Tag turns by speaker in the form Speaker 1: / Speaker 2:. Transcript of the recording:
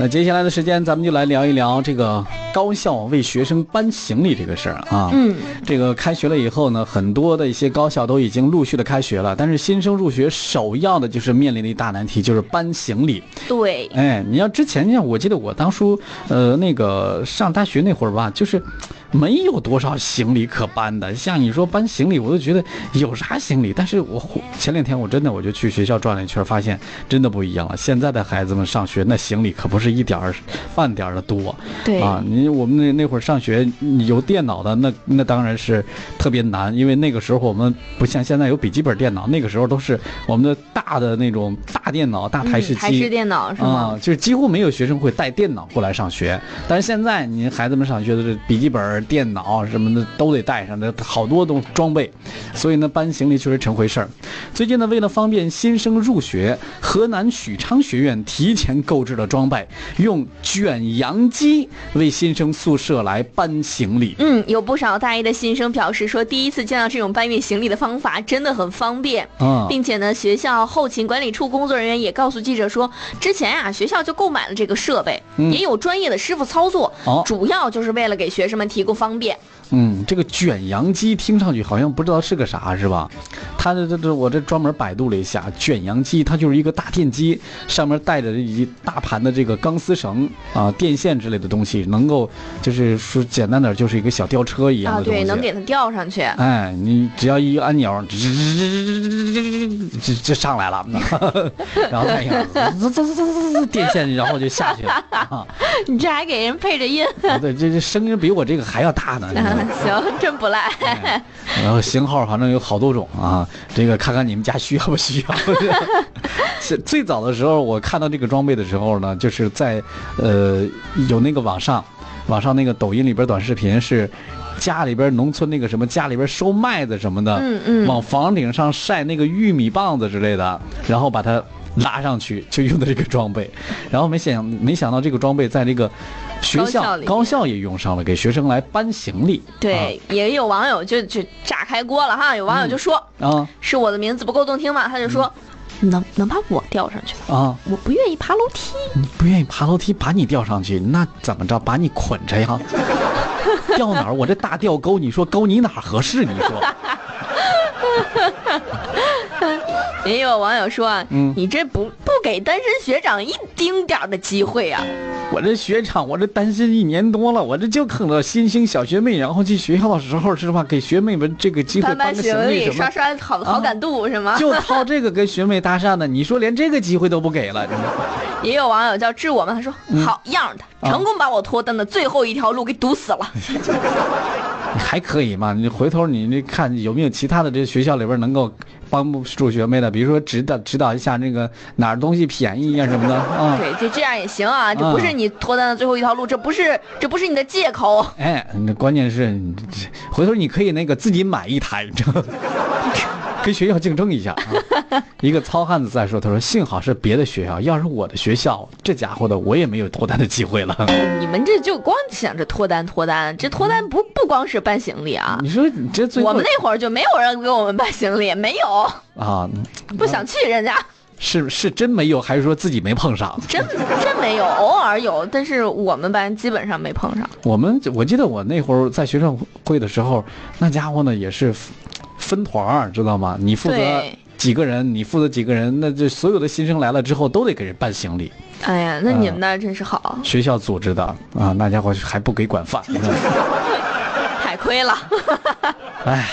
Speaker 1: 那接下来的时间，咱们就来聊一聊这个高校为学生搬行李这个事儿啊。
Speaker 2: 嗯，
Speaker 1: 这个开学了以后呢，很多的一些高校都已经陆续的开学了，但是新生入学首要的就是面临的一大难题，就是搬行李。
Speaker 2: 对，
Speaker 1: 哎，你要之前像我记得我当初，呃，那个上大学那会儿吧，就是没有多少行李可搬的。像你说搬行李，我都觉得有啥行李。但是我忽前两天我真的我就去学校转了一圈，发现真的不一样了。现在的孩子们上学那行李可不是一点儿半点儿的多。
Speaker 2: 对
Speaker 1: 啊，你我们那那会儿上学你有电脑的那那当然是特别难，因为那个时候我们不像现在有笔记本电脑，那个时候都是我们的大的那种大电脑、大台式
Speaker 2: 嗯台
Speaker 1: 机。
Speaker 2: 式电脑是
Speaker 1: 啊、
Speaker 2: 吗？
Speaker 1: 就是几乎没有学生会带电脑过来上学，但是现在你孩子们上学的这笔记本、电脑啊什么的都得带上，这好多东装备，所以呢搬行李确实成回事儿。最近呢，为了方便新生入学，河南许昌学院提前购置了装备，用卷扬机为新生宿舍来搬行李。
Speaker 2: 嗯，有不少大一的新生表示说，第一次见到这种搬运行李的方法真的很方便，
Speaker 1: 啊、
Speaker 2: 并且呢，学校后勤管理处工作人员也告诉记者说，之前啊，学校就购买了这个设备，
Speaker 1: 嗯
Speaker 2: 也有专业的师傅操作，
Speaker 1: 哦
Speaker 2: 主要就是为了给学生们提供方便。
Speaker 1: 嗯，这个卷扬机听上去好像不知道是个啥，是吧？它这这这，我这专门百度了一下，卷扬机它就是一个大电机，上面带着一大盘的这个钢丝绳啊、电线之类的东西，能够就是说简单点，就是一个小吊车一样
Speaker 2: 啊，
Speaker 1: 的东西。
Speaker 2: 对，能给它吊 上去。
Speaker 1: 哎，你只要一按钮，吱吱吱吱吱吱吱就上来了，然后再一按，滋滋滋滋滋，电线然后就下去了啊！
Speaker 2: 你这还给人配着音，
Speaker 1: 对，这这声音比我这个还要大呢。
Speaker 2: 行，真不赖。
Speaker 1: 嗯哎 然后型号反正有好多种啊，这个看看你们家需要不需要。 是最早的时候，我看到这个装备的时候呢，就是在呃有那个网上，网上那个抖音里边短视频是家里边农村那个什么家里边收麦子什么的，
Speaker 2: 嗯嗯
Speaker 1: 往房顶上晒那个玉米棒子之类的，然后把它。拉上去就用的这个装备，然后没想没想到这个装备在这个学校
Speaker 2: 高校里面
Speaker 1: 高校也用上了，给学生来搬行李。
Speaker 2: 对，也有网友就就炸开锅了哈，有网友就说、
Speaker 1: 啊啊
Speaker 2: 是我的名字不够动听嘛，他就说、
Speaker 1: 嗯
Speaker 2: 能能把我吊上去吗？
Speaker 1: 啊！
Speaker 2: 我不愿意爬楼梯。
Speaker 1: 你不愿意爬楼梯，把你吊上去，那怎么着？把你捆着呀？ 吊哪儿？我这大吊钩，你说钩你哪儿合适？你 说，
Speaker 2: 也有网友说啊，
Speaker 1: 嗯
Speaker 2: 你这不不给单身学长一丁点儿的机会啊呀、
Speaker 1: 我这学长，我这单身一年多了，我这就坑了新兴小学妹，然后去学校的时候是吧，给学妹们这个机会
Speaker 2: 搬
Speaker 1: 搬
Speaker 2: 搬
Speaker 1: 个行
Speaker 2: 行
Speaker 1: 李
Speaker 2: 李，
Speaker 1: 什
Speaker 2: 刷
Speaker 1: 么，
Speaker 2: 刷好
Speaker 1: 啊
Speaker 2: 好感度、是吗？
Speaker 1: 就靠这个跟学妹搭讪的，你说连这个机会都不给了，真的
Speaker 2: 也有网友叫治我们，他说、好样的，
Speaker 1: 啊哎
Speaker 2: 成功把我脱单的最后一条路给堵死了。
Speaker 1: 你还可以嘛？你回头你那看有没有其他的这学校里边能够帮助学妹的，比如说指导指导一下那个哪儿东西便宜呀、什么的啊。
Speaker 2: 对，就这样也行啊，这不
Speaker 1: 啊
Speaker 2: 是你脱单的最后一条路，这不是这不是你的借口。
Speaker 1: 哎，那关键是，你这回头你可以那个自己买一台，你知道吗 跟学校竞争一下 啊。一个糙汉子在说，他说幸好是别的学校，要是我的学校，这家伙的我也没有脱单的机 会了。
Speaker 2: 你们这就光想着脱单脱单，这脱单不不光是搬行李啊。
Speaker 1: 你说你这最后
Speaker 2: 我们那会儿就没有人给我们搬行李，没有，
Speaker 1: 啊，
Speaker 2: 不想去人家，
Speaker 1: 是是真没有，还是说自己没碰上？
Speaker 2: 真真没有，偶尔有，但是我们班基本上没碰上。
Speaker 1: 我们我记得我那会儿在学生会的时候，那家伙呢也是分团儿，知道吗？你负责
Speaker 2: 对
Speaker 1: 几个人，你负责几个人，那这所有的新生来了之后都得给人搬行李。
Speaker 2: 哎呀，
Speaker 1: 嗯
Speaker 2: 那你们那儿真是好，
Speaker 1: 学校组织的啊，那家伙还不给管饭，
Speaker 2: 太亏了。
Speaker 1: 哎，